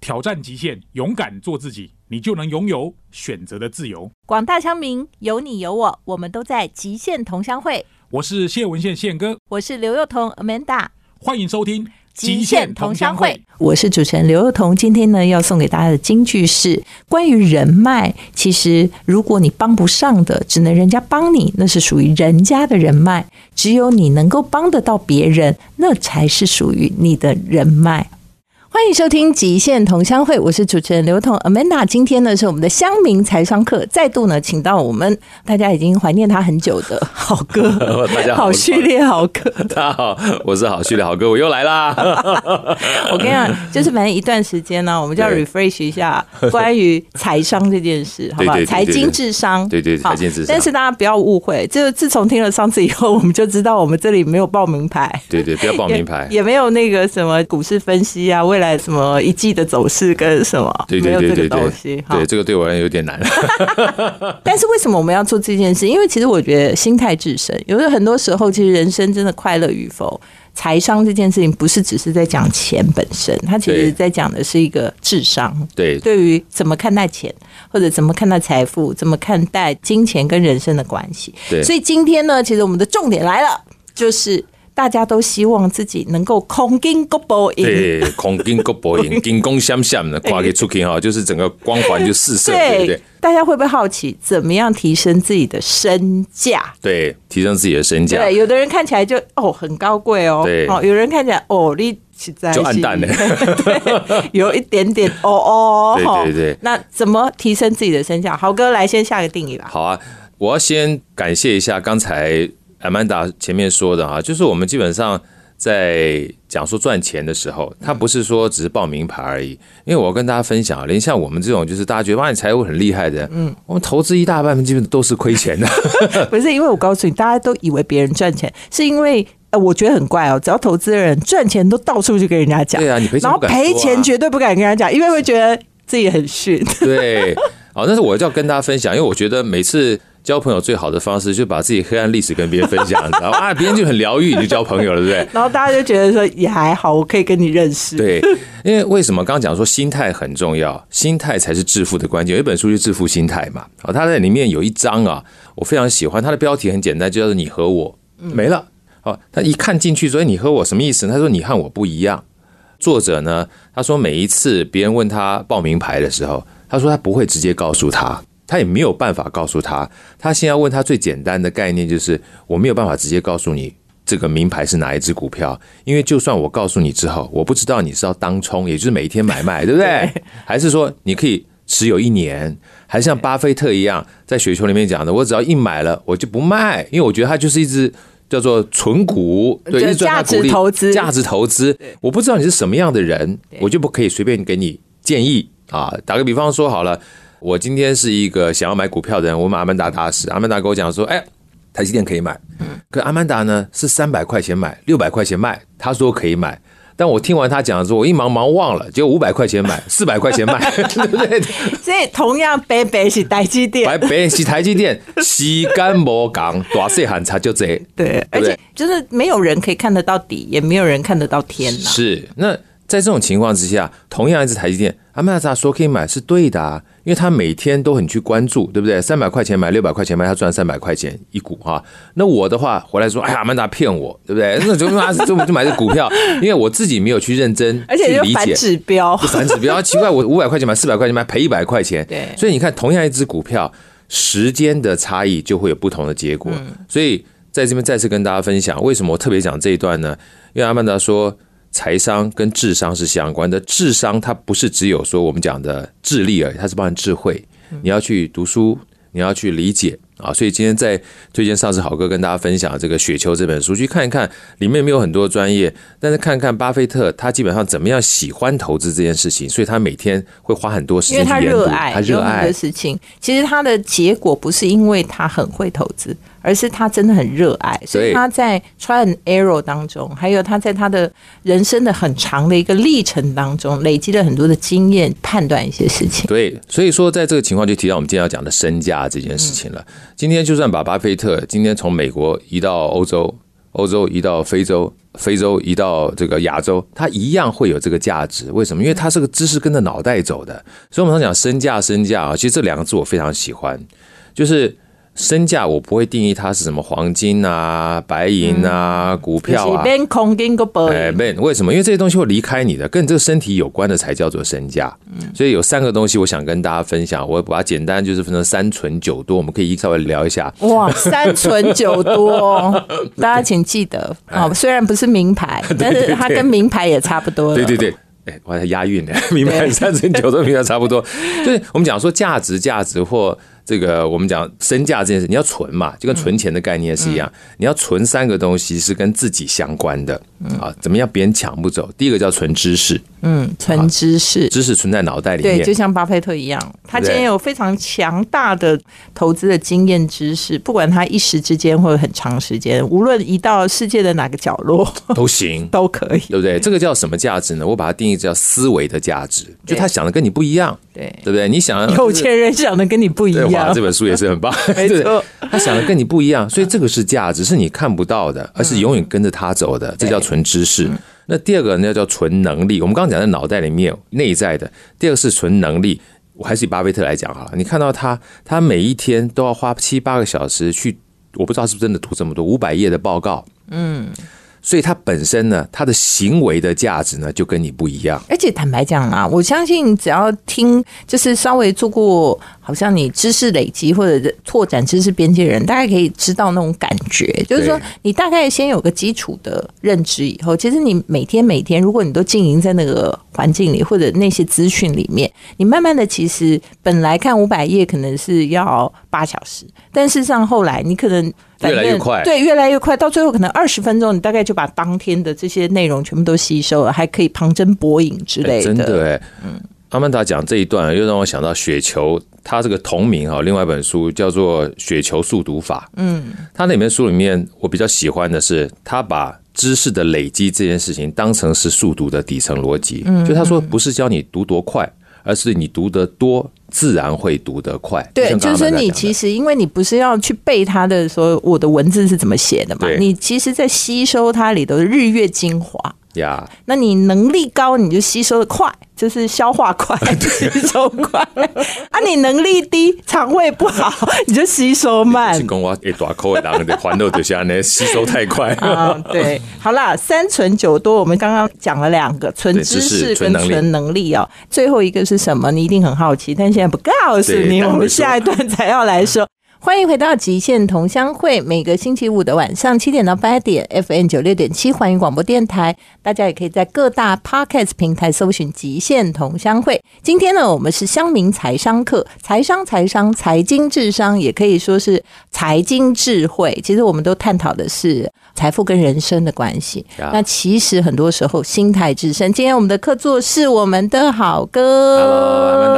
挑战极限，勇敢做自己，你就能拥有选择的自由。广大乡民，有你有我，我们都在极限同乡会。我是谢文宪宪哥，我是刘幼彤 Amanda，欢迎收听《。我是主持人刘幼彤。今天呢，要送给大家的金句是：关于人脉，其实如果你帮不上的，只能人家帮你，那是属于人家的人脉；只有你能够帮得到别人，那才是属于你的人脉。欢迎收听《极限同乡会》，我是主持人刘彤 Amanda。今天呢是我们的乡民财商课，再度呢请到我们大家已经怀念他很久的好 ，哥大家好好序列好哥。大家好，我是好趣的好哥，我又 来啦。我跟你讲，就是反正一段时间呢、 我们就要对 refresh 一 下关于财商这件事，好不好对？对对财对经智商，对对好财经智商但是大家不要误会，就是自从听了上次以后，我们就知道我们这里没有报名牌。对对，不要报也名牌。也没有那个什么股市分析啊，未来什么一季的走势跟什么，对对没对有这对个东西对，哈对。这个对我而言有点难。但是为什么我们要做这件事？因为其实我觉得心态制胜，有的很多时候，其实人生真的快乐与否，财商这件事情不是只是在讲钱本身，它其实对在讲的是一个智商。对对于怎么看待钱，或者怎么看待财富，怎么看待金钱跟人生的关系。对所以今天呢，其实我们的重点来了，就是大家都希望自己能够空金国博赢。对，孔金国博 赢，金光闪闪的挂给出去哈，就是整个光环就四射，对不对？大家会不会好奇怎么样提升自己的身价？对，提升自己的身价，对，有的人看起来就哦很高贵哦，对哦，有人看起来哦你实在是就暗淡了 对，有一点点哦哦，对吼对对那怎么提升自己的身价？豪哥来先下个定义 吧。好啊，我要先感谢一下刚才阿曼达前面说的啊，就是我们基本上在讲说赚钱的时候，它不是说只是报名牌而已。因为我要跟大家分享啊，连像我们这种就是大家觉得哇，你哎财务很厉害的，嗯，我们投资一大半基本都是亏钱的。不是因为我告诉你，大家都以为别人赚钱，是因为呃，我觉得很怪哦，只要投资人赚钱都到处去跟人家讲，对啊你赔钱然后不敢说啊赔钱绝对不敢跟人家讲，因为会觉得自己很 逊。对，好，但是我就要跟大家分享，因为我觉得每次交朋友最好的方式，就把自己黑暗历史跟别人分享，你知道吗？啊，别人就很疗愈，你就交朋友了，对不对？然后大家就觉得说也还好，我可以跟你认识。，对，因为为什么刚刚讲说心态很重要，心态才是致富的关键。有一本书就《致富心态》嘛，啊，它在里面有一章啊，我非常喜欢，它的标题很简单，就叫做“你和我”，没了。哦，他一看进去说哎你和我什么意思？他说你和我不一样。作者呢，他说每一次别人问他报名牌的时候，他说他不会直接告诉他，他也没有办法告诉他。他现在问他最简单的概念就是，我没有办法直接告诉你这个名牌是哪一只股票，因为就算我告诉你之后，我不知道你是要当冲，也就是每一天买卖，对 不对？还是说你可以持有一年，还像巴菲特一样，在雪球里面讲的，我只要一买了我就不卖，因为我觉得它就是一只叫做纯股，对，就一直赚它价值股利投资价值投资。我不知道你是什么样的人，我就不可以随便给你建议啊。打个比方说好了，我今天是一个想要买股票的人，我问阿曼达大师，阿曼达跟我讲说，哎。台积电可以买，可阿曼达呢是三百块钱买，六百块钱卖，他说可以买，但我听完他讲的时候，我一忙忙忘了，结果五百块钱买，四百块钱卖， 对不对？所以同样北北是台积电，白白是台积电，时间无讲，大细汉差就这。对，而对不对且就是没有人可以看得到底，也没有人看得到天呐、是，那在这种情况之下，同样一只台积电，阿曼达说可以买是对的啊，因为他每天都很去关注，对不对？三百块钱买，六百块钱卖，他赚三百块钱一股哈、那我的话回来说，哎呀，阿曼达骗我，对不 对？那就那就就买这股票，因为我自己没有去认真而且去就理反解。指标就，反指标。奇 怪，我五百块钱买四百块钱买赔一百块钱，对所以你看，同样一只股票，时间的差异就会有不同的结果。嗯所以在这边再次跟大家分享，为什么我特别讲这一段呢？因为阿曼达说。财商跟智商是相关的，智商它不是只有说我们讲的智力而已，它是包含智慧。嗯你要去读书，你要去理解啊。所以今天在推荐上次好哥跟大家分享这个《雪球》这本书，去看一看，里面没有很多专业，但是看看巴菲特他基本上怎么样喜欢投资这件事情，所以他每天会花很多时因为间去他研读，热爱，他热有很爱多，事情。其实他的结果不是因为他很会投资，而是他真的很热爱。所以对他在 try and error 当中，还有他在他的人生的很长的一个历程当中，累积了很多的经验，判断一些事情。对，所以说在这个情况就提到我们今天要讲的身价这件事情了。今天就算把巴菲特今天从美国移到欧洲，欧洲移到非洲，非洲移到这个亚洲，它一样会有这个价值。为什么？因为它是个知识跟着脑袋走的。所以我们常讲身价，身价啊，其实这两个字我非常喜欢，就是。身价我不会定义它是什么黄金啊、白银啊、股就票是啊，边空跟个波，哎，man，为什么？因为这些东西会离开你的，跟你这个身体有关的才叫做身价。嗯所以有三个东西我想跟大家分享，我把它简单就是分成三存九多，我们可以稍微聊一下。哇，三存九多，哦大家请记 得哎哦。虽然不是名牌，但是它跟名牌也差不多了。对对对。哎，我还押韵呢， 明白三乘九都明白差不多。就是我们讲说价值、价值或这个我们讲身价这件事，你要存嘛，就跟存钱的概念是一嗯样。你要存三个东西是跟自己相关的啊，怎么样别人抢不走？第一个叫存知识，嗯，纯知识，知识存在脑袋里对，面就。像巴菲特一样，他对今天有非常强大的投资的经验知识，不管他一时之间或者很长时间，无论移到世界的哪个角落 都行，都可以。对不对？这个叫什么价值呢？我把它定义叫思维的价值，就他想的跟你不一样，对，对不对？你想有钱人想的跟你不一对，哇，样这，本书也 是很棒，没对错，他想的跟你不一样，所以这个是价值，是你看不到的，而是永远跟着他嗯走的，这叫纯知识。那第二个呢，叫纯能力。我们刚刚讲的脑袋里面内在的，第二个是纯能力。我还是以巴菲特来讲好了，你看到他，他每一天都要花七八个小时去，我不知道是不是真的读这么多五百页的报告，嗯，所以他本身呢，他的行为的价值呢，就跟你不一样。而且坦白讲啊，我相信只要听，就是稍微做过，好像你知识累积或者拓展知识边界的人，大概可以知道那种感觉，就是说对你大概先有个基础的认知以后，其实你每天每天，如果你都经营在那个环境里或者那些资讯里面，你慢慢的其实本来看五百页可能是要八小时，但事实上后来你可能。越来越快对，越来越快，到最后可能二十分钟，你大概就把当天的这些内容全部都吸收了，还可以旁征博引之哎类嗯真的哎、阿曼达讲这一段又让我想到雪球，他这个同名哈，另外一本书叫做《雪球速读法》。嗯，他那本书里面我比较喜欢的是，他把知识的累积这件事情当成是速读的底层逻辑。嗯，就他说不是教你读多快，而是你读得多，自然会读得快。对，像刚就刚是说阿曼达你讲的其实，因为你不是要去背它的说我的文字是怎么写的嘛对，你其实在吸收它里头的日月精华。呀，那你能力高，你就吸收的快，就是消化 快，吸收快。 啊，你能力低，肠胃不好，你就吸收慢是。跟我一大口的人的环绕底下呢，吸收太快。 啊、对，好啦，三存九多，我们刚刚讲了两个，存对知知识识存跟能力存能力哦。最后一个是什么？你一定很好奇，但现在不告诉对你，待会我们说下一段才要来说。欢迎回到《极限同乡会》，每个星期五的晚上七点到八点，FM 九六点七环宇广播电台。大家也可以在各大 Podcast 平台搜寻《极限同乡会》。今天呢，我们是乡民财商课，财商、财商、财经智商，也可以说是财经智慧。其实我们都探讨的是财富跟人生的关系。呀那其实很多时候心态制胜。今天我们的客座是我们的好哥 Hello，阿曼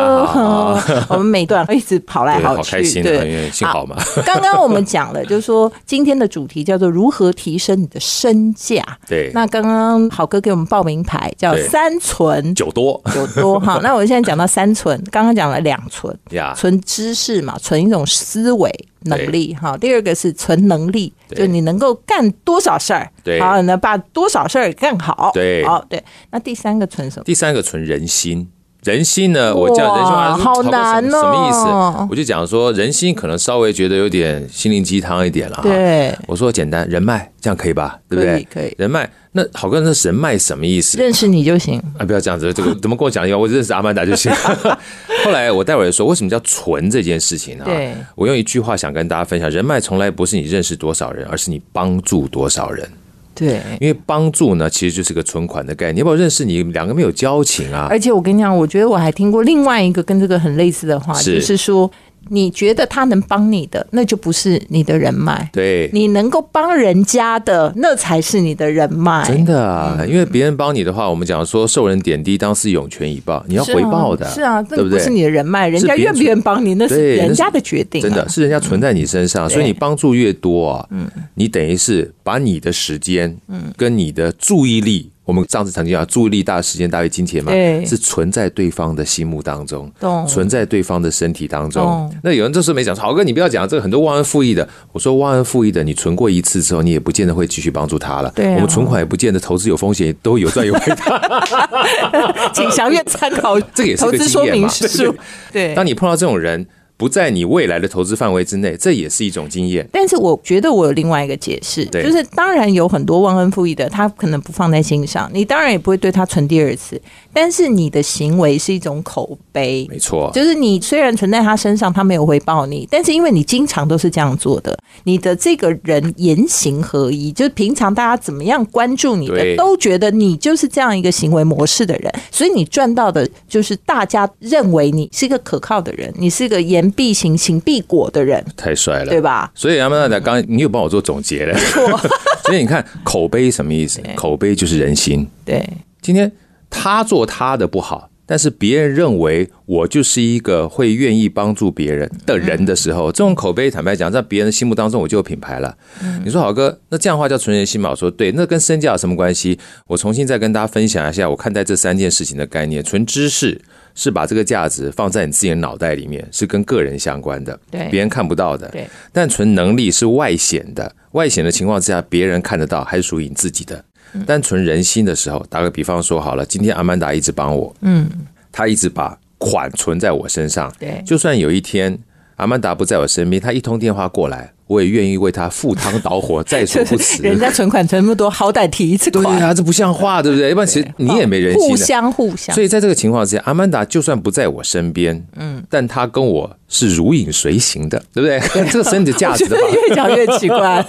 达 我们每段一直跑来对，跑好去，开心啊！对。因为幸好嘛， 刚刚我们讲了，就是说今天的主题叫做如何提升你的身价。对，那刚刚好哥给我们报名牌叫对三存酒多有多哈， 那我现在讲到三存，刚刚讲了两存，呀，存知识嘛，存一种思维能力哈。第二个是存能力，对就你能够干多少事儿，对好，那把多少事儿干好，对好对。那第三个存什么？第三个存人心，人心呢，我叫哇人心好像是好什么难哦什么意思？我就讲说人心可能稍微觉得有点心灵鸡汤一点了哈。对，我说简单人脉，这样可以吧？对不对？可以可以人脉，那好哥，那人脉什么意思？认识你就行。啊，不要这样子，这个怎么跟我讲一样？我认识阿曼达就 行。后来我待会儿说，为什么叫存这件事情啊？对我用一句话想跟大家分享：人脉从来不是你认识多少人，而是你帮助多少人。对，因为帮助呢，其实就是个存款的概念。你要不要认识你，两个没有交情啊？而且我跟你讲，我觉得我还听过另外一个跟这个很类似的话，是就是说，你觉得他能帮你的，那就不是你的人脉；对，你能够帮人家的，那才是你的人脉。真的嗯啊，因为别人帮你的话，我们讲说受人点滴，当是涌泉以报，你要是回报的，啊是啊，对那不不对是？你的人脉，人是家别人愿不愿意帮你，那是对人家那是的嗯决定、啊。真的是人家存在你身上，所以你帮助嗯越多啊，你等于是把你的时间，跟你的注意力，我我们上次曾经讲注意力大，时间大于金钱嘛对，是存在对方的心目当中，懂存在对方的身体当中懂。那有人这时候没讲说，豪哥你不要讲这个很多忘恩负义的。我说忘恩负义的，你存过一次之后，你也不见得会继续帮助他了。对啊我们存款也不见得投资有风险，都有赚 有赔。请详阅参考 这个也是投一个资经说验明嘛。 书。对当你碰到这种人，不在你未来的投资范围之内，这也是一种经验。但是我觉得我有另外一个解释，对就是当然有很多忘恩负义的，他可能不放在心上，你当然也不会对他存第二次。但是你的行为是一种口碑，没错，就是你虽然存在他身上，他没有回报你，但是因为你经常都是这样做的，你的这个人言行合一，就是平常大家怎么样关注你的，对都觉得你就是这样一个行为模式的人，所以你赚到的就是大家认为你是一个可靠的人，你是一个言必行，行必果的人，太帅了对。吧？所以阿曼达刚，你有帮我做总结 了。 所以你看，口碑什么意思？口碑就是人心。对，今天他做他的不好，但是别人认为我就是一个会愿意帮助别人的人的时候，这种口碑，坦白讲，在别人的心目当中我就有品牌了。嗯你说好哥，那这样的话叫纯人心嘛？我说对，那跟身价有什么关系？我重新再跟大家分享一下我看待这三件事情的概念。纯知识是把这个价值放在你自己的脑袋里面，是跟个人相关的，对别人看不到的，对。但纯能力是外显的，外显的情况之下，别人看得到，还是属于你自己的。单纯人心的时候，打个比方说好了，今天阿曼达一直帮我，嗯，他一直把款存在我身上，对就算有一天阿曼达不在我身边，他一通电话过来，我也愿意为他赴汤蹈火，在所不 辞。人家存款存那么多，好歹提一次对款，哦啊，这不像话，对不对？要不然其实你也没人心互的。相互相所。以在这个情况之下，阿曼达就算不在我身边，嗯，但他跟我是如影随形的，对 不对？这个身体的价值的话，越讲越奇 怪，啊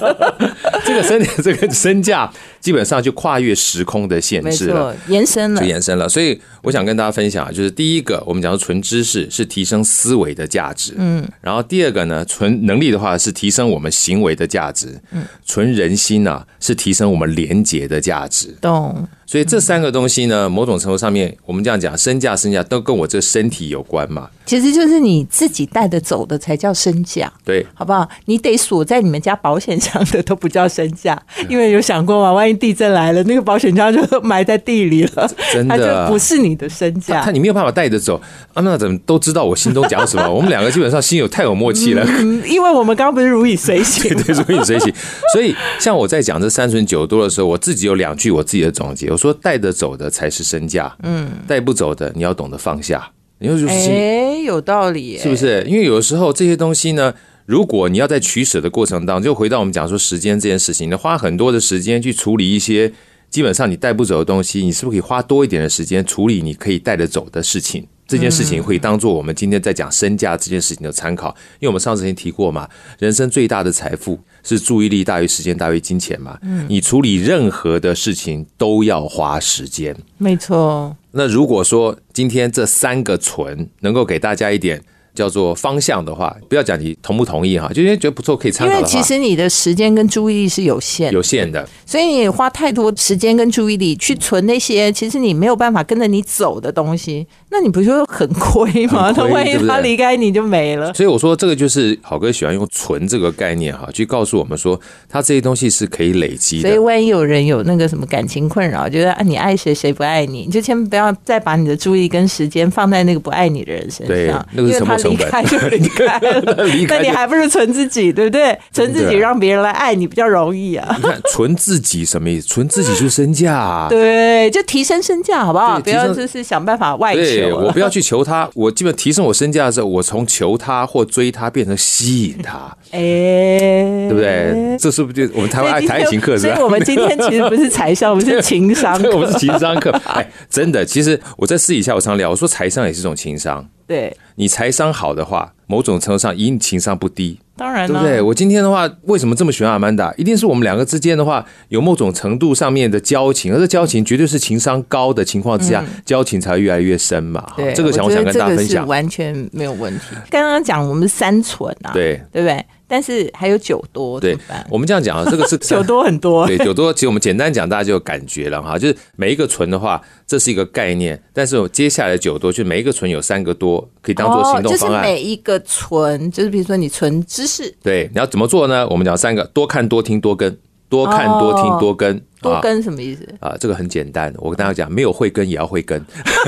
这个身这个身价基本上就跨越时空的限没制了错。，延伸了就，延伸了，所以我想跟大家分享，啊就是第一个，我们讲说纯知识是提升思维的价值，嗯，然后第二个呢，纯能力的话是提升我们行为的价值，嗯，纯人心呢、是提升我们廉洁的价值，懂？所以这三个东西呢，某种程度上面，我们这样讲，身价身价都跟我这个身体有关嘛，其实就是你自己带的走的才叫身价，对，好不好？你得锁在你们家保险箱的都不叫身价， 因为有想过吗？万一地震来了，那个保险箱就 埋在地里了，真它的就不是你的身他价。你没有办法带着走，啊，那怎么都知道我心中讲 什么？我们两个基本上心有太有默契了，嗯，因为我们刚刚不是如影随 形，对，如影随形。所以，像我在讲这三存九多的时候，我自己有两句我自己的总结，我说带得走的才是身价，嗯，带不走的你要懂得放下，你要就是、哎，有道理耶，是不是？因为有的时候这些东西呢。如果你要在取舍的过程当中，就回到我们讲说时间这件事情，你花很多的时间去处理一些基本上你带不走的东西，你是不是可以花多一点的时间处理你可以带得走的事情？这件事情会当做我们今天在讲身价这件事情的参考，因为我们上次已经提过嘛，人生最大的财富是注意力大于时间大于金钱嘛。你处理任何的事情都要花时间，没错，那如果说今天这三个存能够给大家一点叫做方向的话，不要讲你同不同意哈，就因为觉得不错可以参因考为的其话，实你的时间跟注意力是有限的，有限的，所以你花太多时间跟注意力去存那些其实你没有办法跟着你走的东西，那你不就很亏吗？很那亏万一对不对他离开你就没了。所以我说这个就是好哥喜欢用“存”这个概念哈，去告诉我们说，它这些东西是可以累积所以，的。万一有人有那个什么感情困扰，觉得啊你爱谁谁不爱你，你就千万不要再把你的注意跟时间放在那个不爱你的人身上对，那个因是为他沉离没成本，开就离开了 离开那就你还不如存自己，对不对？存自己真的让别人来爱你比较容易啊。你看，存自己什么意思？存自己就是身价、啊。对，就提升身价好不好？不对提升要就是想办法外求啊对了。我不要去求他，我基本提升我身价的时候，我从求他或追他变成吸引他，哎，对不对？这是不是就我们台湾爱谈爱情课是所吧？以我们今天其实不是财 商，我们是情商对，我们是情商课。哎，真的，其实我在私底下我常聊，我说财商也是一种情商。对，你财商好的话，某种程度上，以你情商不低，当然啊对了、不对？我今天的话，为什么这么喜欢阿曼达？一定是我们两个之间的话，有某种程度上面的交情，而这交情绝对是情商高的情况之下，交情才会越来越深嘛。哈嗯对，这个想我想跟大家分这个享是。完全没有问题。刚刚讲我们三存啊，对对不对？但是还有酒多怎对么办？，我们这样讲啊，这 个是 酒多很多，对，酒多，其实我们简单讲，大家就有感觉了哈。就是每一个存的话，这是一个概念，但是我接下来的酒多，就每一个存有三个多，可以当做行哦，动就是方案。每一个存，就是比如说你存知识哦对，你要怎么做呢？我们讲三个：多看、多听、多跟。多看、多听、多跟。多跟什么 意思？啊，这个很简单，我跟大家讲，没有慧根也要慧根，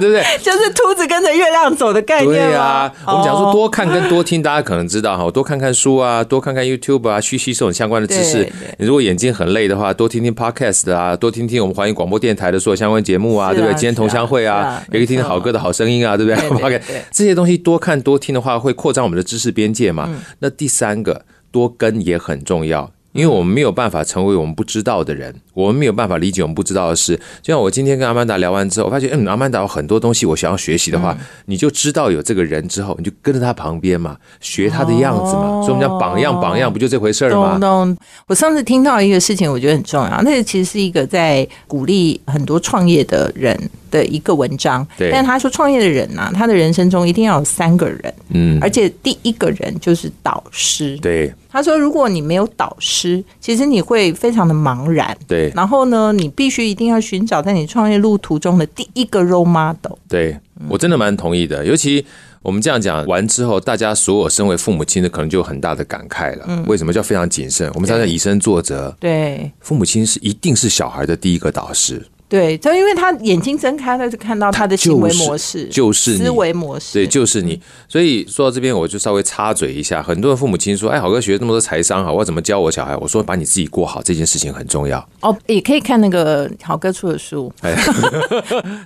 对不对？就是秃子跟着月亮走的概念对吗啊，我们讲说哦多看跟多听，大家可能知道哈，多看看书啊，多看看 YouTube 啊，去吸收相关的知对识对。你如果眼睛很累的话，多听听 Podcast 啊，多听听我们华语广播电台的所有相关节目啊，是啊对不对？今天同乡会是啊啊，也可以听听没错好歌 的好声音啊，对不对对对 OK，对这些东西多看多听的话，会扩张我们的知识边界嗯嘛。那第三个，多跟也很重要。因为我们没有办法成为我们不知道的人，我们没有办法理解我们不知道的事。就像我今天跟阿曼达聊完之后，我发现，嗯，阿曼达有很多东西我想要学习的嗯话，你就知道有这个人之后，你就跟着他旁边嘛，学他的样子嘛。哦所以我们讲榜样，榜样不就这回事儿懂吗？懂。我上次听到一个事情，我觉得很重要，那个其实是一个在鼓励很多创业的人的一个文章。对但他说创业的人呐、他的人生中一定要有三个人，嗯，而且第一个人就是导师。对他说，如果你没有导师，其实你会非常的茫然。对然后呢，你必须一定要寻找在你创业路途中的第一个 role model。对，我真的蛮同意的。尤其我们这样讲完之后，大家所有身为父母亲的，可能就有很大的感慨了。为什么叫非常谨慎？我们常常以身作则，对父母亲是一定是小孩的第一个导师。对，就因为他眼睛睁开，他就看到他的行为模式，就是就是你思维模式。对，就是你。所以说到这边，我就稍微插嘴一下。很多人父母亲说：“哎，好哥学这么多财商，好，我要怎么教我小孩？”我说：“把你自己过好，这件事情很重要。哦，也可以看那个好哥出的书，哎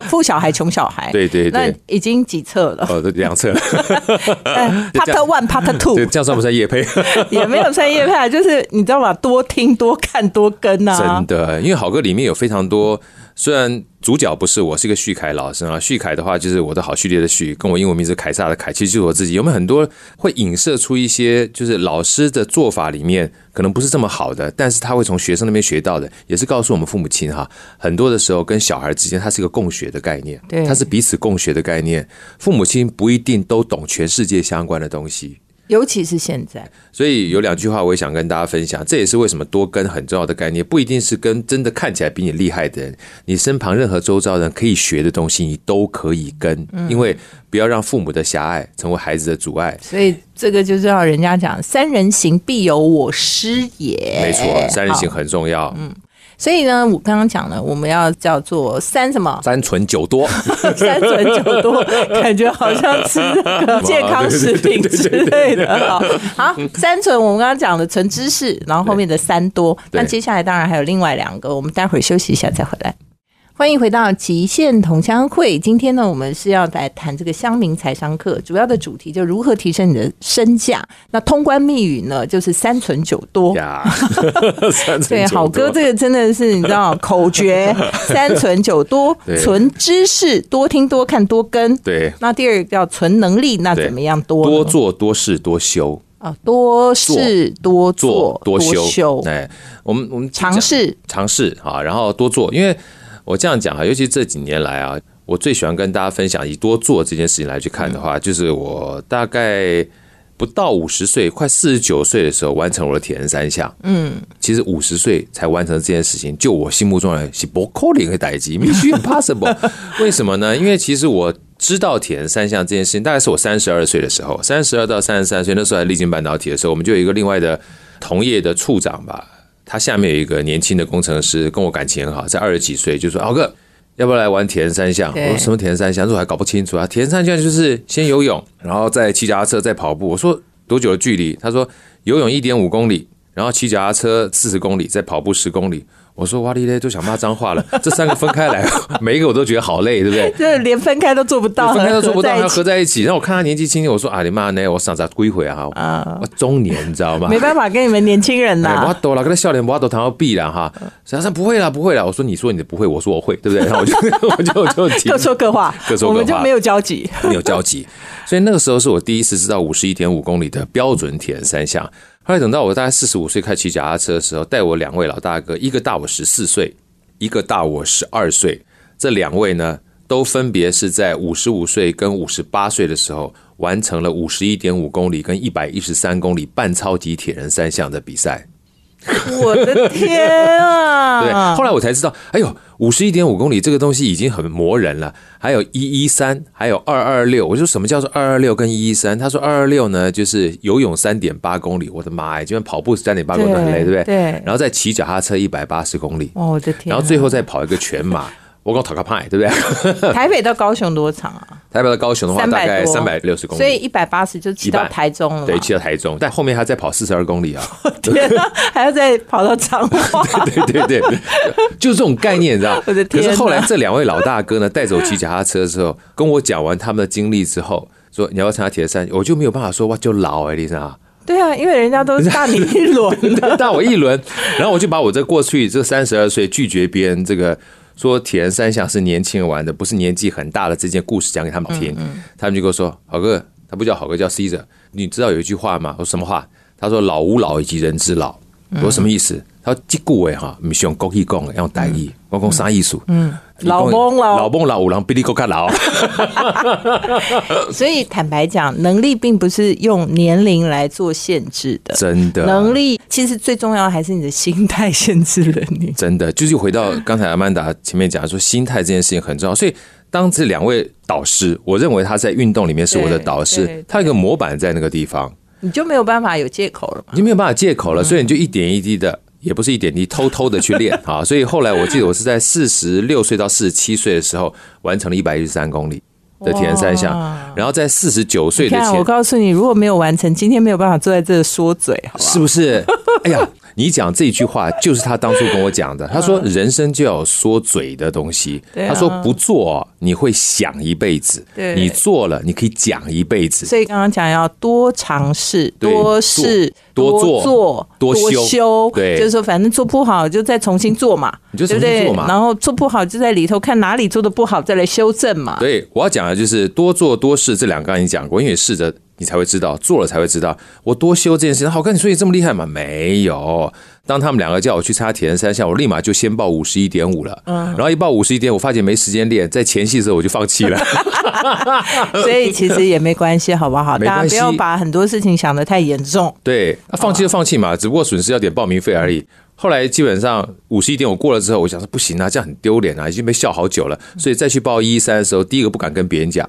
富小孩穷小孩，对对对哎那已经几册”了。 哦，这两侧，呃 part 这样 One、Part 对， Two 这样算不算叶配？ 也没有穿叶派，就是你知道吗？多听、多看、多跟啊真。的，因为好歌里面有非常多，虽然主角不是我，是一个旭凯老师啊。旭凯的话就是我的好序列的序，跟我英文名字凯撒的凯，其实就是我自己。有没有很多会影射出一些就是老师的做法里面可能不是这么好的，但是他会从学生那边学到的，也是告诉我们父母亲哈，很多的时候跟小孩之间，它是一个共学的概念，对它是彼此共学的概念。父母亲不一定都懂全世界相关的东西，尤其是现在，所以有两句话我也想跟大家分享，这也是为什么多跟很重要的概念，不一定是跟真的看起来比你厉害的人，你身旁任何周遭人可以学的东西，你都可以跟，嗯因为不要让父母的狭隘成为孩子的阻碍。所以这个就是要人家讲“三人行必有我师也”，没错，三人行好。很重要，嗯所以呢，我刚刚讲了，我们要叫做三什么三存九 多，三存九多，感觉好像吃那个健康食品之类的。好，好三存我们刚刚讲的存知识，然后后面的三多，对那接下来当然还有另外两个，我们待会儿休息一下再回来。欢迎回到极限同乡会。今天呢，我们是要来谈这个乡民财商课，主要的主题就如何提升你的身价。那通关密语呢，就是三存九多。呀， 三存对，九多好哥这个真的是你知 道口诀，三存九多对，存知识，多听多看多跟。对那第二个叫存能力，那对怎么样多呢多做多事多修，啊？多试多做做多修，哎，我们我们尝试尝试啊，然后多做，因为我这样讲啊，尤其这几年来啊，我最喜欢跟大家分享以多做这件事情来去看的话，就是我大概不到五十岁，快四十九岁的时候完成我的铁人三项。嗯，其实五十岁才完成这件事情，就我心目中来是不可能的代际，Mission Impossible。为什么呢？因为其实我。知道铁人三项这件事情，大概是我三十二岁的时候，三十二到三十三岁那时候还历经半导体的时候，我们就有一个另外的同业的处长吧，他下面有一个年轻的工程师，跟我感情很好，在二十几岁就说：“豪哥，要不要来玩铁人三项？”我对说：“什么铁人三项？”这我还搞不清楚啊。铁人三项就是先游泳，然后再骑脚踏车，再跑步。我说：“多久的距离？”他说：“游泳一点五公里，然后骑脚踏车四十公里，再跑步十公里。”我说：“哇哩嘞，都想骂脏话了。 这三个分开来， 每一个我都觉得好累，对不 对？这连分开都做不到，分开都做不到，合在一还要起合在一起。然后我看他年纪轻轻，我说：“啊，你妈呢？我上咋归回啊？我中年，你知道吗？”没办法跟你们年轻人哎，我呐。懂了，跟他笑脸，我都谈到必了哈。小三不会啦，不会啦。我说你说你的不会，我说我会，对不 对？然后我就我就我就停各说各话，各说各话我们就没有交 集。没有交集。所以那个时候是我第一次知道五十一点五公里的标准铁人三项。后来等到我大概四十五岁开始骑脚踏车的时候，带我两位老大哥，一个大我十四岁，一个大我十二岁。这两位呢，都分别是在五十五岁跟五十八岁的时候，完成了五十一点五公里跟一百一十三公里半超级铁人三项的比赛。我的天对，啊！后来我才知道，哎呦，五十一点五公里这个东西已经很磨人了。还有一一三，还有二二六。我说什么叫做二二六跟一一三？他说二二六呢，就是游泳三点八公里。我的妈呀，就算跑步三点八公里都很累，对不对？对然后再骑脚踏车一百八十公里，哦，我的天啊、然后最后再跑一个全马。 我刚讨个派，对 不对？台北到高雄多长啊？台北到高雄的话， 300大概多三百六十公里，所以一百八十就骑到100台中了嘛，对，骑到台中，但后面还要再跑四十二公里啊。天啊，还要再跑到彰化。 对对对，对就是这种概念，你知道？ 我的天哪可是后来这两位老大哥呢，带走骑脚踏车之后，跟我讲完他们的经历之后，说你要不要参加铁三，我就没有办法说哇，就老哎、欸，丽莎， 对啊，因为人家都是 大你一轮的。 大我一轮，然后我就把我这过去这三十二岁拒绝别人这个。说铁人三项是年轻人玩的，不是年纪很大的这件故事讲给他们嗯听，他们就跟我说：“好哥，他不叫好哥，叫 Caesar。你知道有一句话吗？我说什么话？他说‘老吾老以及人之老’，我说什么意思？他说‘这句话哈，不是用国语讲的，用台语。’我讲啥意思？嗯，老翁老老翁老五郎比你更加老。所以坦白讲，能力并不是用年龄来做限制的，真的能力其实最重要还是你的心态限制了你。真的，就是回到刚才阿曼达前面讲说，心态这件事情很重要。所以当这两位导师，我认为他在运动里面是我的导对对师对，他有一个模板在那个地方， 你就没有办法有借口了嘛？你就没有办法借口了，所以你就一点一滴的。也不是一点滴，偷偷的去练啊！所以后来我记得我是在四十六岁到四十七岁的时候，完成了一百一十三公里的铁人三项哇，然后在四十九岁你的看，前我告诉你，如果没有完成，今天没有办法坐在这说嘴，啊好吧？ 是不是？哎呀，你讲这句话就是他当初跟我讲的。他说人生就要有说嘴的东西。对啊他说不做你会想一辈子，对你做了你可以讲一辈子。所以刚刚讲要多尝试、对多试、做多做做、多修对就是说反正做不好就再重新做嘛，你就对重不新对做嘛？然后做不好就在里头看哪里做的不好，再来修正嘛。对，我要讲的就是多做多试这两个，刚才你讲过，因为试着你才会知道，做了才会知道。我多修这件事情，好看，你说你这么厉害吗？没有。当他们两个叫我去参加铁人三项，我立马就先报五十一点五了，嗯，然后一报五十一点，我发现没时间练，在前戏的时候我就放弃了。 所以其实也没关系，好不好？ 没大家关不系要把很多事情想得太严 重。对，那放哦弃就放弃嘛，只不过损失要点报名费而已。后来基本上五十一点我过了之后，我想说不行啊，这样很丢脸啊，已经被笑好久了，所以再去报一一三的时候，第一个不敢跟别人讲，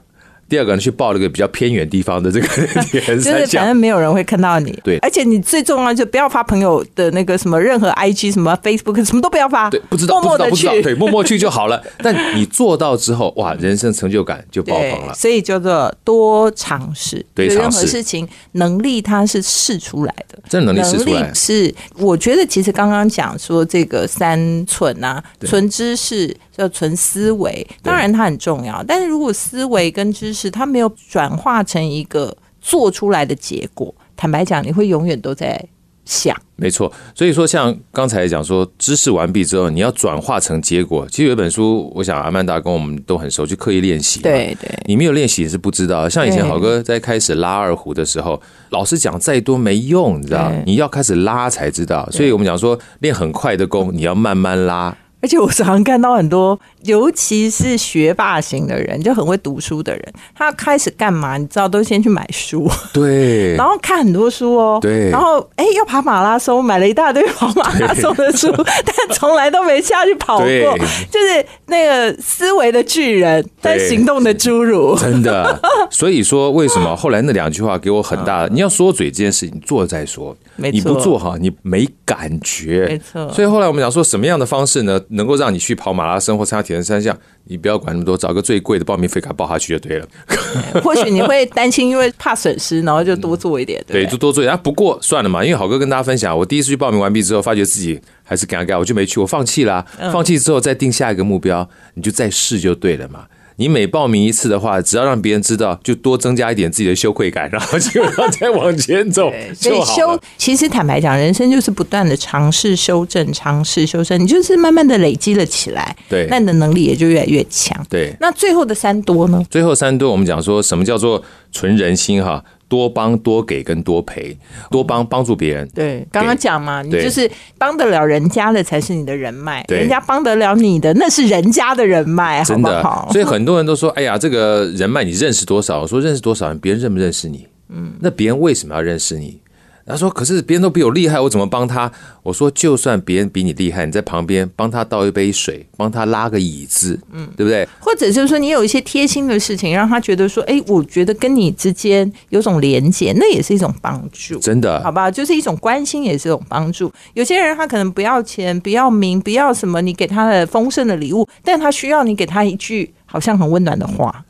第二个呢去报了个比较偏远地方的这 个铁人就是三反项。正没有人会看到你，对而且你最重要就不要发朋友的那个什么任何 IG 什么 Facebook 什么都不要发，对，不知道，默默的不知去道，不知道，对，默默去就好了。但你做到之后，哇，人生成就感就爆对，棚了。所以叫做多尝试。对就任尝试何事情能力它是试出来的，这能力试出来能力是我觉得其实刚刚讲说这个三存啊，存知识叫存思维，当然它很重要，但是如果思维跟知识它没有转化成一个做出来的结果，坦白讲，你会永远都在想。没错，所以说像刚才讲说，知识完毕之后，你要转化成结果。其实有一本书，我想阿曼达跟我们都很熟，就刻意练习。对对，你没有练习是不知道的。像以前好哥在开始拉二胡的时候，老师讲再多没用，你知道对，你要开始拉才知道。所以我们讲说，练很快的功，你要慢慢 拉。而且我常常看到很多，尤其是学霸型的人，就很会读书的人，他开始干嘛？你知道，都先去买书，对然后看很多书哦。对然后哎，又跑马拉松，买了一大堆跑马拉松的书， 但从来都没下去跑过对，就是那个思维的巨人，但对行动的侏 儒。真的。所以说，为什么后来那两句话给我很大的？你要说嘴这件事情，做了再说啊没，错你不做哈，你没感觉。没错所以后来我们讲说，什么样的方式呢，能够让你去跑马拉松或参加铁人三项？你不要管那么多，找个最贵的报名费给它报下去就对了。或许你会担心，因为怕损失，然后就多做一点，对对，不就对？多做一点。啊不过算了嘛，因为好哥跟大家分享，我第一次去报名完毕之后，发觉自己还是尴尬，我就没去，我放弃啦、嗯放弃之后再定下一个目标，你就再试就对了嘛。你每报名一次的话，只要让别人知道，就多增加一点自己的羞愧感，然后就然后再往前 走所就以好修了。，其实坦白讲，人生就是不断的尝试、修正、尝试、修正，你就是慢慢的累积了起来，对那你的能力也就越来越强。对，那最后的三多呢？最后三多我们讲说什么叫做纯人心哈？多帮、多给跟多陪，多帮帮助别人，对，刚刚讲嘛，你对就是帮得了人家的才是你的人脉，对人家帮得了你的那是人家的人脉，好真不的。 好？所以很多人都说：“哎呀，这个人脉你认识多少？”我说：“认识多少人？别人认不认识你？嗯，那别人为什么要认识你？他说：“可是别人都比我厉害，我怎么帮他？”我说：“就算别人比你厉害，你在旁边帮他倒一杯水，帮他拉个椅子，嗯，对不对？或者就是说，你有一些贴心的事情，让他觉得说，哎，我觉得跟你之间有种连结，那也是一种帮助，真的，好吧？就是一种关心，也是一种帮助。有些人他可能不要钱，不要名，不要什么，你给他的丰盛的礼物，但他需要你给他一句好像很温暖的话。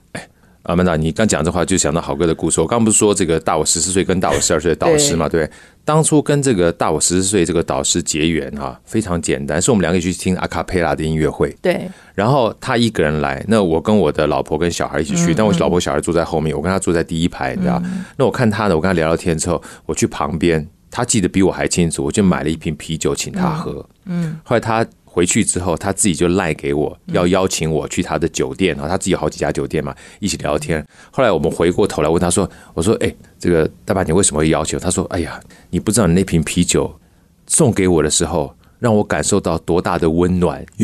阿曼达，你刚讲这话就想到好哥的故事。我刚不是说这个大我十四岁跟大我十二岁的导师嘛，对不对？当初跟这个大我十四岁这个导师结缘哈、非常简单，是我们两个一起去听阿卡佩拉的音乐会，对，然后他一个人来，那我跟我的老婆跟小孩一起去，但我老婆小孩坐在后面，我跟他坐在第一排，你知道？那我看他呢，我跟他聊聊天之后，我去旁边，他记得比我还清楚，我就买了一瓶啤酒请他喝。嗯，后来他。回去之后，他自己就赖给我，要邀请我去他的酒店，然后他自己有好几家酒店嘛，一起聊天。后来我们回过头来问他说：“我说，哎、这个大爸，你为什么会要求？”他说：“哎呀，你不知道你那瓶啤酒送给我的时候，让我感受到多大的温暖，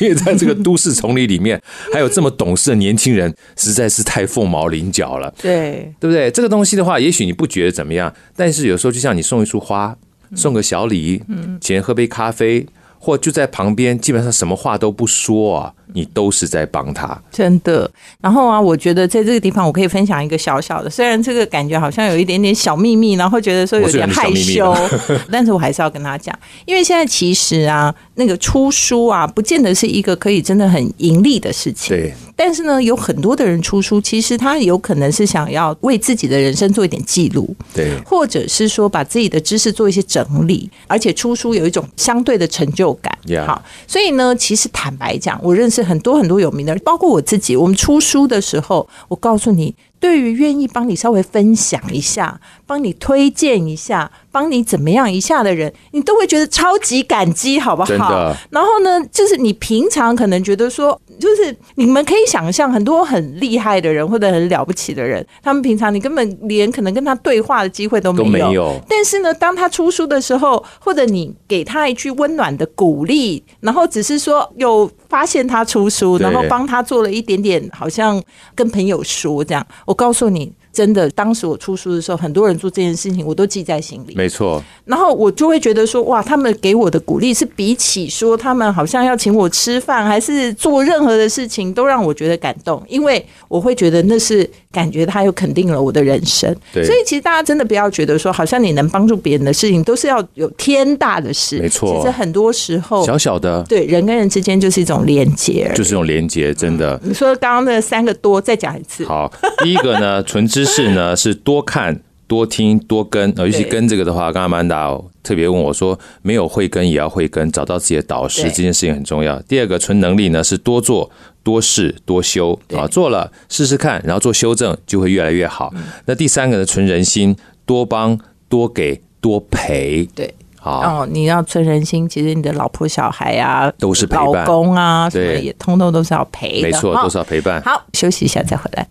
因为在这个都市丛林里面，还有这么懂事的年轻人，实在是太凤毛麟角了，对，对不对？这个东西的话，也许你不觉得怎么样，但是有时候就像你送一束花，送个小礼，请人喝杯咖啡，或就在旁边，基本上什么话都不说啊，你都是在帮他。真的。然后啊，我觉得在这个地方，我可以分享一个小小的，虽然这个感觉好像有一点点小秘密，然后觉得说有点害羞我， 但是我还是要跟他讲，因为现在其实啊，那个出书啊，不见得是一个可以真的很盈利的事情。对，但是呢，有很多的人出书，其实他有可能是想要为自己的人生做一点记录，对，或者是说把自己的知识做一些整理，而且出书有一种相对的成就感。 Yeah 好，所以呢，其实坦白讲，我认识很多很多有名的人，包括我自己。我们出书的时候，我告诉你，对于愿意帮你稍微分享一下、帮你推荐一下、帮你怎么样一下的人，你都会觉得超级感激，好不真好的？然后呢，就是你平常可能觉得说，就是你们可以想象很多很厉害的人或者很了不起的人，他们平常你根本连可能跟他对话的机会都没都有。没有。但是呢，当他出书的时候，或者你给他一句温暖的鼓励，然后只是说有发现他出书，对然后帮他做了一点点，好像跟朋友说这样。我告诉你，真的，当时我出书的时候，很多人做这件事情，我都记在心里。没错，然后我就会觉得说，哇，他们给我的鼓励是比起说他们好像要请我吃饭，还是做任何的事情，都让我觉得感动，因为我会觉得那是感觉他又肯定了我的人生。对所以其实大家真的不要觉得说，好像你能帮助别人的事情都是要有天大的事，没错其实很多时候，小小的对人跟人之间就是一种连接而已。就是这种连接，真的。你说刚刚那三个多，再讲一次。好，第一个呢，纯知识呢是多看、多听、多跟，呃，尤其对跟这个的话，刚刚曼达特别问我说，没有慧根也要慧根，找到自己的导师对这件事情很重要。第二个纯能力呢是多做。多试多修啊，做了试试看，然后做修正，就会越来越好。嗯那第三个呢，纯人心，多帮多给多陪，对，好，哦，你要存人心，其实你的老婆、小孩啊，都是陪老伴公啊，什么对也通通都是要陪的。没错，哈都是要陪伴。好，休息一下再回来。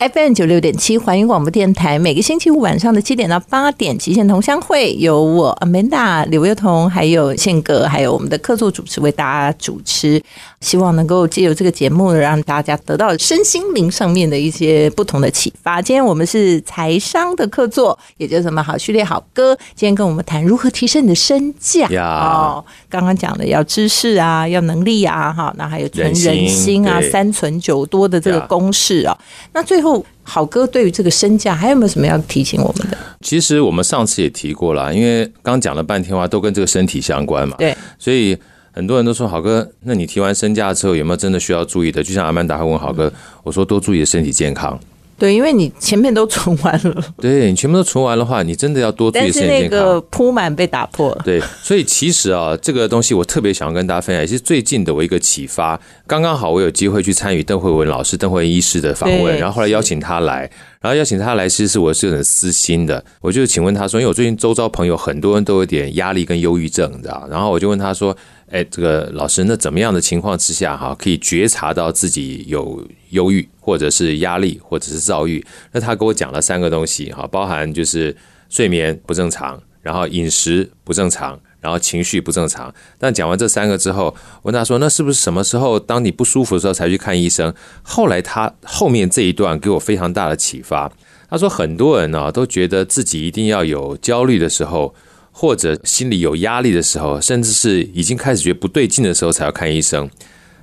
FM 九六点七环宇广播电台，每个星期五晚上的七点到八点，极限同乡会由我 Amanda 刘幼彤，还有宪哥，还有我们的客座主持为大家主持。希望能够借由这个节目，让大家得到身心灵上面的一些不同的启发。今天我们是财商的客座，也就是什么好序列好歌，今天跟我们谈如何提升你的身价呀哦。刚刚讲的要知识啊，要能力啊，哈，那还有存人心人心啊，对三存九多的这个呀公式啊。那最后，好哥对于这个身价还有没有什么要提醒我们的？其实我们上次也提过了，因为刚讲了半天话，都跟这个身体相关嘛。对，所以很多人都说，好哥，那你提完身价之后有没有真的需要注意的？就像阿曼达会问好哥，我说多注意身体健康。对，因为你前面都存完 了，对你全部都存完的话，你真的要多注但意是身体那健康。个铺满被打破了。对，所以其实啊，这个东西我特别想跟大家分享，也是最近的我一个启发。刚刚好我有机会去参与邓慧文老师、邓慧文医师的访问，对然后后来邀请他来，然后邀请他来，其实我是有点私心的。我就请问他说，因为我最近周遭朋友很多人都有点压力跟忧郁症，你知道？然后我就问他说，哎，这个老师，那怎么样的情况之下哈，可以觉察到自己有忧郁，或者是压力，或者是躁郁？那他给我讲了三个东西哈，包含就是睡眠不正常，然后饮食不正常，然后情绪不正常。但讲完这三个之后，我问他说：“那是不是什么时候当你不舒服的时候才去看医生？”后来他后面这一段给我非常大的启发。他说：“很多人啊都觉得自己一定要有焦虑的时候，或者心里有压力的时候，甚至是已经开始觉得不对劲的时候才要看医生。”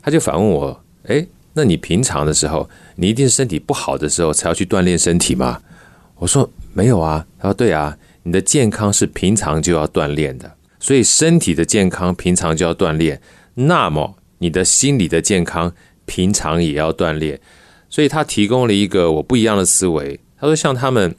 他就反问我：“诶，那你平常的时候，你一定是身体不好的时候才要去锻炼身体吗？”我说没有啊。他说对啊，你的健康是平常就要锻炼的，所以身体的健康平常就要锻炼，那么你的心理的健康平常也要锻炼。所以他提供了一个我不一样的思维。他说像他们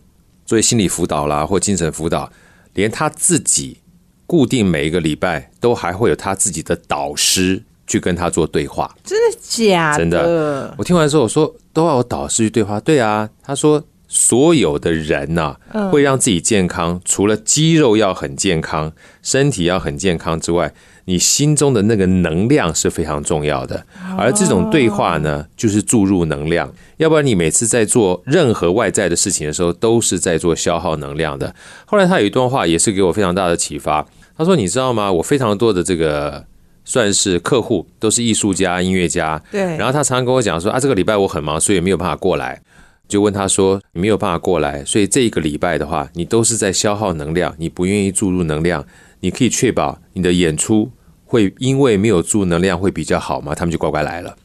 作为心理辅导啦或精神辅导，连他自己固定每一个礼拜都还会有他自己的导师去跟他做对话。真的假真的我听完之后，我说都要有导师去对话。对啊，他说所有的人呐、会让自己健康，除了肌肉要很健康、身体要很健康之外，你心中的那个能量是非常重要的。而这种对话呢，就是注入能量，要不然你每次在做任何外在的事情的时候，都是在做消耗能量的。后来他有一段话也是给我非常大的启发，他说：“你知道吗？我非常多的这个。”算是客户都是艺术家、音乐家，对然后他常常跟我讲说啊，这个礼拜我很忙，所以没有办法过来。就问他说，你没有办法过来，所以这一个礼拜的话，你都是在消耗能量，你不愿意注入能量，你可以确保你的演出会因为没有注入能量会比较好吗？他们就乖乖来了。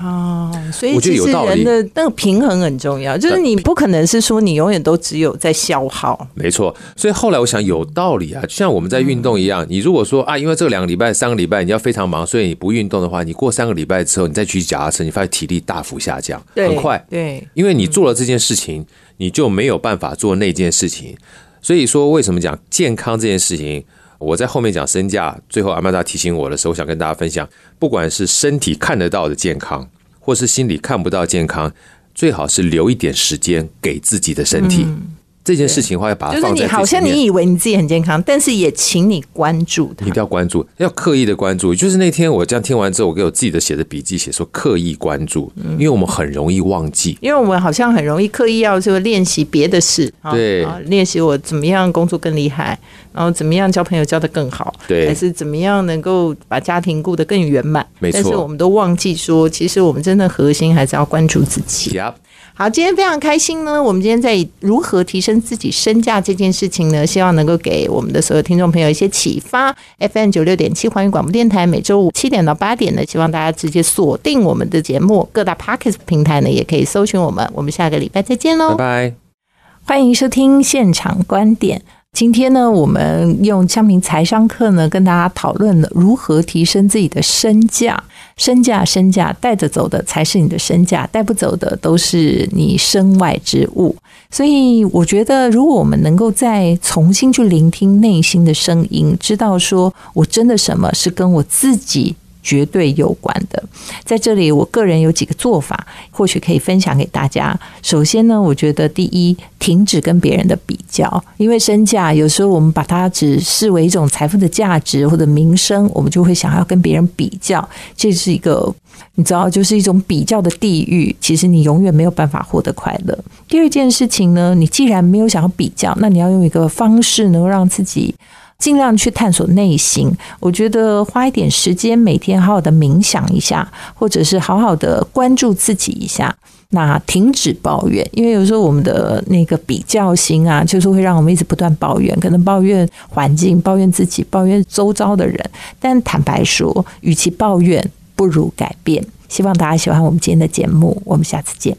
哦，所以我其觉得有实道理人的那个平衡很重要，就是你不可能是说你永远都只有在消耗，没错，所以后来我想有道理啊，就像我们在运动一样，你如果说啊，因为这两个礼拜、三个礼拜你要非常忙，所以你不运动的话，你过三个礼拜之后，你再去骑脚踏车，你发现体力大幅下降，对，很快。对，因为你做了这件事情，你就没有办法做那件事情。所以说，为什么讲健康这件事情？我在后面讲身价，最后阿曼达提醒我的时候，我想跟大家分享，不管是身体看得到的健康，或是心里看不到健康，最好是留一点时间给自己的身体。这件事情的话，要把它嗯就是啊放在你最好前像面你以为你自己很健康，但是也请你关注它你一。定要关注，要刻意的关注。就是那天我这样听完之后，我给我自己的写的笔记写说刻意关注，嗯因为我们很容易忘记。因为我们好像很容易刻意要说练习别的事，啊对啊练习我怎么样工作更厉害，然后怎么样交朋友交得更好，对还是怎么样能够把家庭顾得更圆满。没错但是我们都忘记说，其实我们真的核心还是要关注自己。 Yup 好，今天非常开心呢。我们今天在如何提升自己身价这件事情呢，希望能够给我们的所有听众朋友一些启发。FM 九六点七环宇广播电台每周五七点到八点呢，希望大家直接锁定我们的节目，各大 Podcast 平台呢也可以搜寻我们。我们下个礼拜再见喽，拜拜。欢迎收听现场观点。今天呢，我们用江明财商课呢，跟大家讨论了如何提升自己的身价。身价，身价，带着走的才是你的身价，带不走的都是你身外之物。所以，我觉得，如果我们能够再重新去聆听内心的声音，知道说我真的什么是跟我自己绝对有关的，在这里，我个人有几个做法，或许可以分享给大家。首先呢，我觉得第一，停止跟别人的比较，因为身价有时候我们把它只视为一种财富的价值或者名声，我们就会想要跟别人比较，这是一个你知道，就是一种比较的地狱。其实你永远没有办法获得快乐。第二件事情呢，你既然没有想要比较，那你要用一个方式能够让自己。尽量去探索内心，我觉得花一点时间，每天好好的冥想一下，或者是好好的关注自己一下。那停止抱怨，因为有时候我们的那个比较心啊，就是会让我们一直不断抱怨，可能抱怨环境、抱怨自己、抱怨周遭的人。但坦白说，与其抱怨，不如改变。希望大家喜欢我们今天的节目，我们下次见。